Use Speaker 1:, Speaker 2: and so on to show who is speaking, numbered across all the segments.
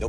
Speaker 1: No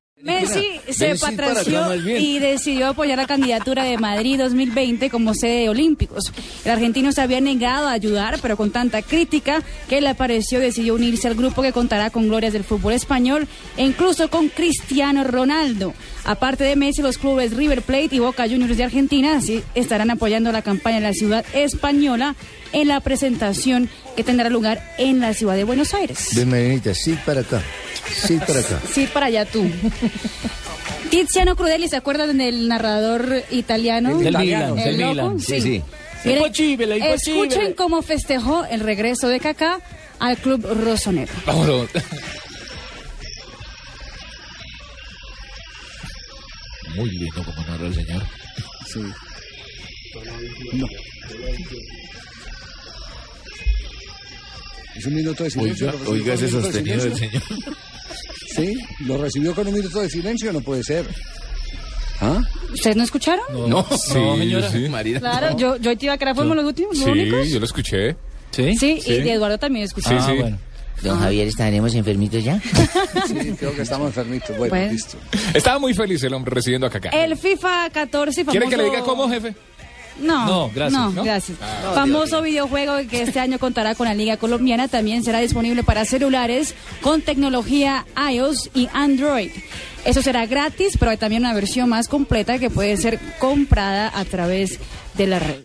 Speaker 2: Messi se
Speaker 3: Messi para acá,
Speaker 2: patranció
Speaker 3: más bien.
Speaker 2: y decidió apoyar la candidatura de Madrid 2020 como sede de Olímpicos. El argentino se había negado a ayudar, pero con tanta crítica que le apareció, decidió unirse al grupo que contará con glorias del fútbol español e incluso con Cristiano Ronaldo. Aparte de Messi, los clubes River Plate y Boca Juniors de Argentina sí, estarán apoyando la campaña de la ciudad española en la presentación que tendrá lugar en la ciudad de Buenos Aires.
Speaker 3: Ven, Marianita, sí para acá. Sí para acá.
Speaker 2: Sí, para allá tú. Tiziano Crudeli, ¿se acuerdan del narrador italiano?
Speaker 4: Del Milan,
Speaker 2: ¿El
Speaker 4: del
Speaker 2: loco?
Speaker 4: Milan.
Speaker 2: Sí,
Speaker 4: sí.
Speaker 2: Miren,
Speaker 4: Imposible, imposible.
Speaker 2: Escuchen cómo festejó el regreso de Kaká al club rosonero.
Speaker 4: Vámonos. Muy lindo como narra el señor.
Speaker 3: Es un minuto de
Speaker 4: Oiga,
Speaker 3: ¿lo recibió
Speaker 4: oiga
Speaker 3: con
Speaker 4: ese
Speaker 3: un minuto de
Speaker 4: sostenido del
Speaker 3: silencio?
Speaker 4: señor.
Speaker 3: Sí, lo recibió con un minuto de silencio, no puede ser. ¿Ah?
Speaker 2: ¿Ustedes no escucharon?
Speaker 4: No, sí, sí.
Speaker 2: Claro, yo, yo y Tío Acra fuimos los últimos, los únicos.
Speaker 5: Sí, yo lo escuché.
Speaker 4: ¿Sí?
Speaker 2: Sí, y de Eduardo también escuchó.
Speaker 4: Ah,
Speaker 5: sí.
Speaker 4: bueno.
Speaker 6: Don Javier, ¿estaremos enfermitos ya?
Speaker 3: Sí, creo que estamos enfermitos. Bueno,
Speaker 2: Bueno.
Speaker 3: listo.
Speaker 5: Estaba muy feliz el hombre recibiendo a Kaká.
Speaker 2: El FIFA 14 famoso...
Speaker 5: ¿Quiere que le diga cómo, jefe?
Speaker 2: No,
Speaker 4: No, Ah, gracias,
Speaker 5: ¿no?
Speaker 2: gracias. Famoso videojuego que este año contará con la Liga Colombiana también será disponible para celulares con tecnología iOS y Android. Eso será gratis, pero hay también una versión más completa que puede ser comprada a través de la red.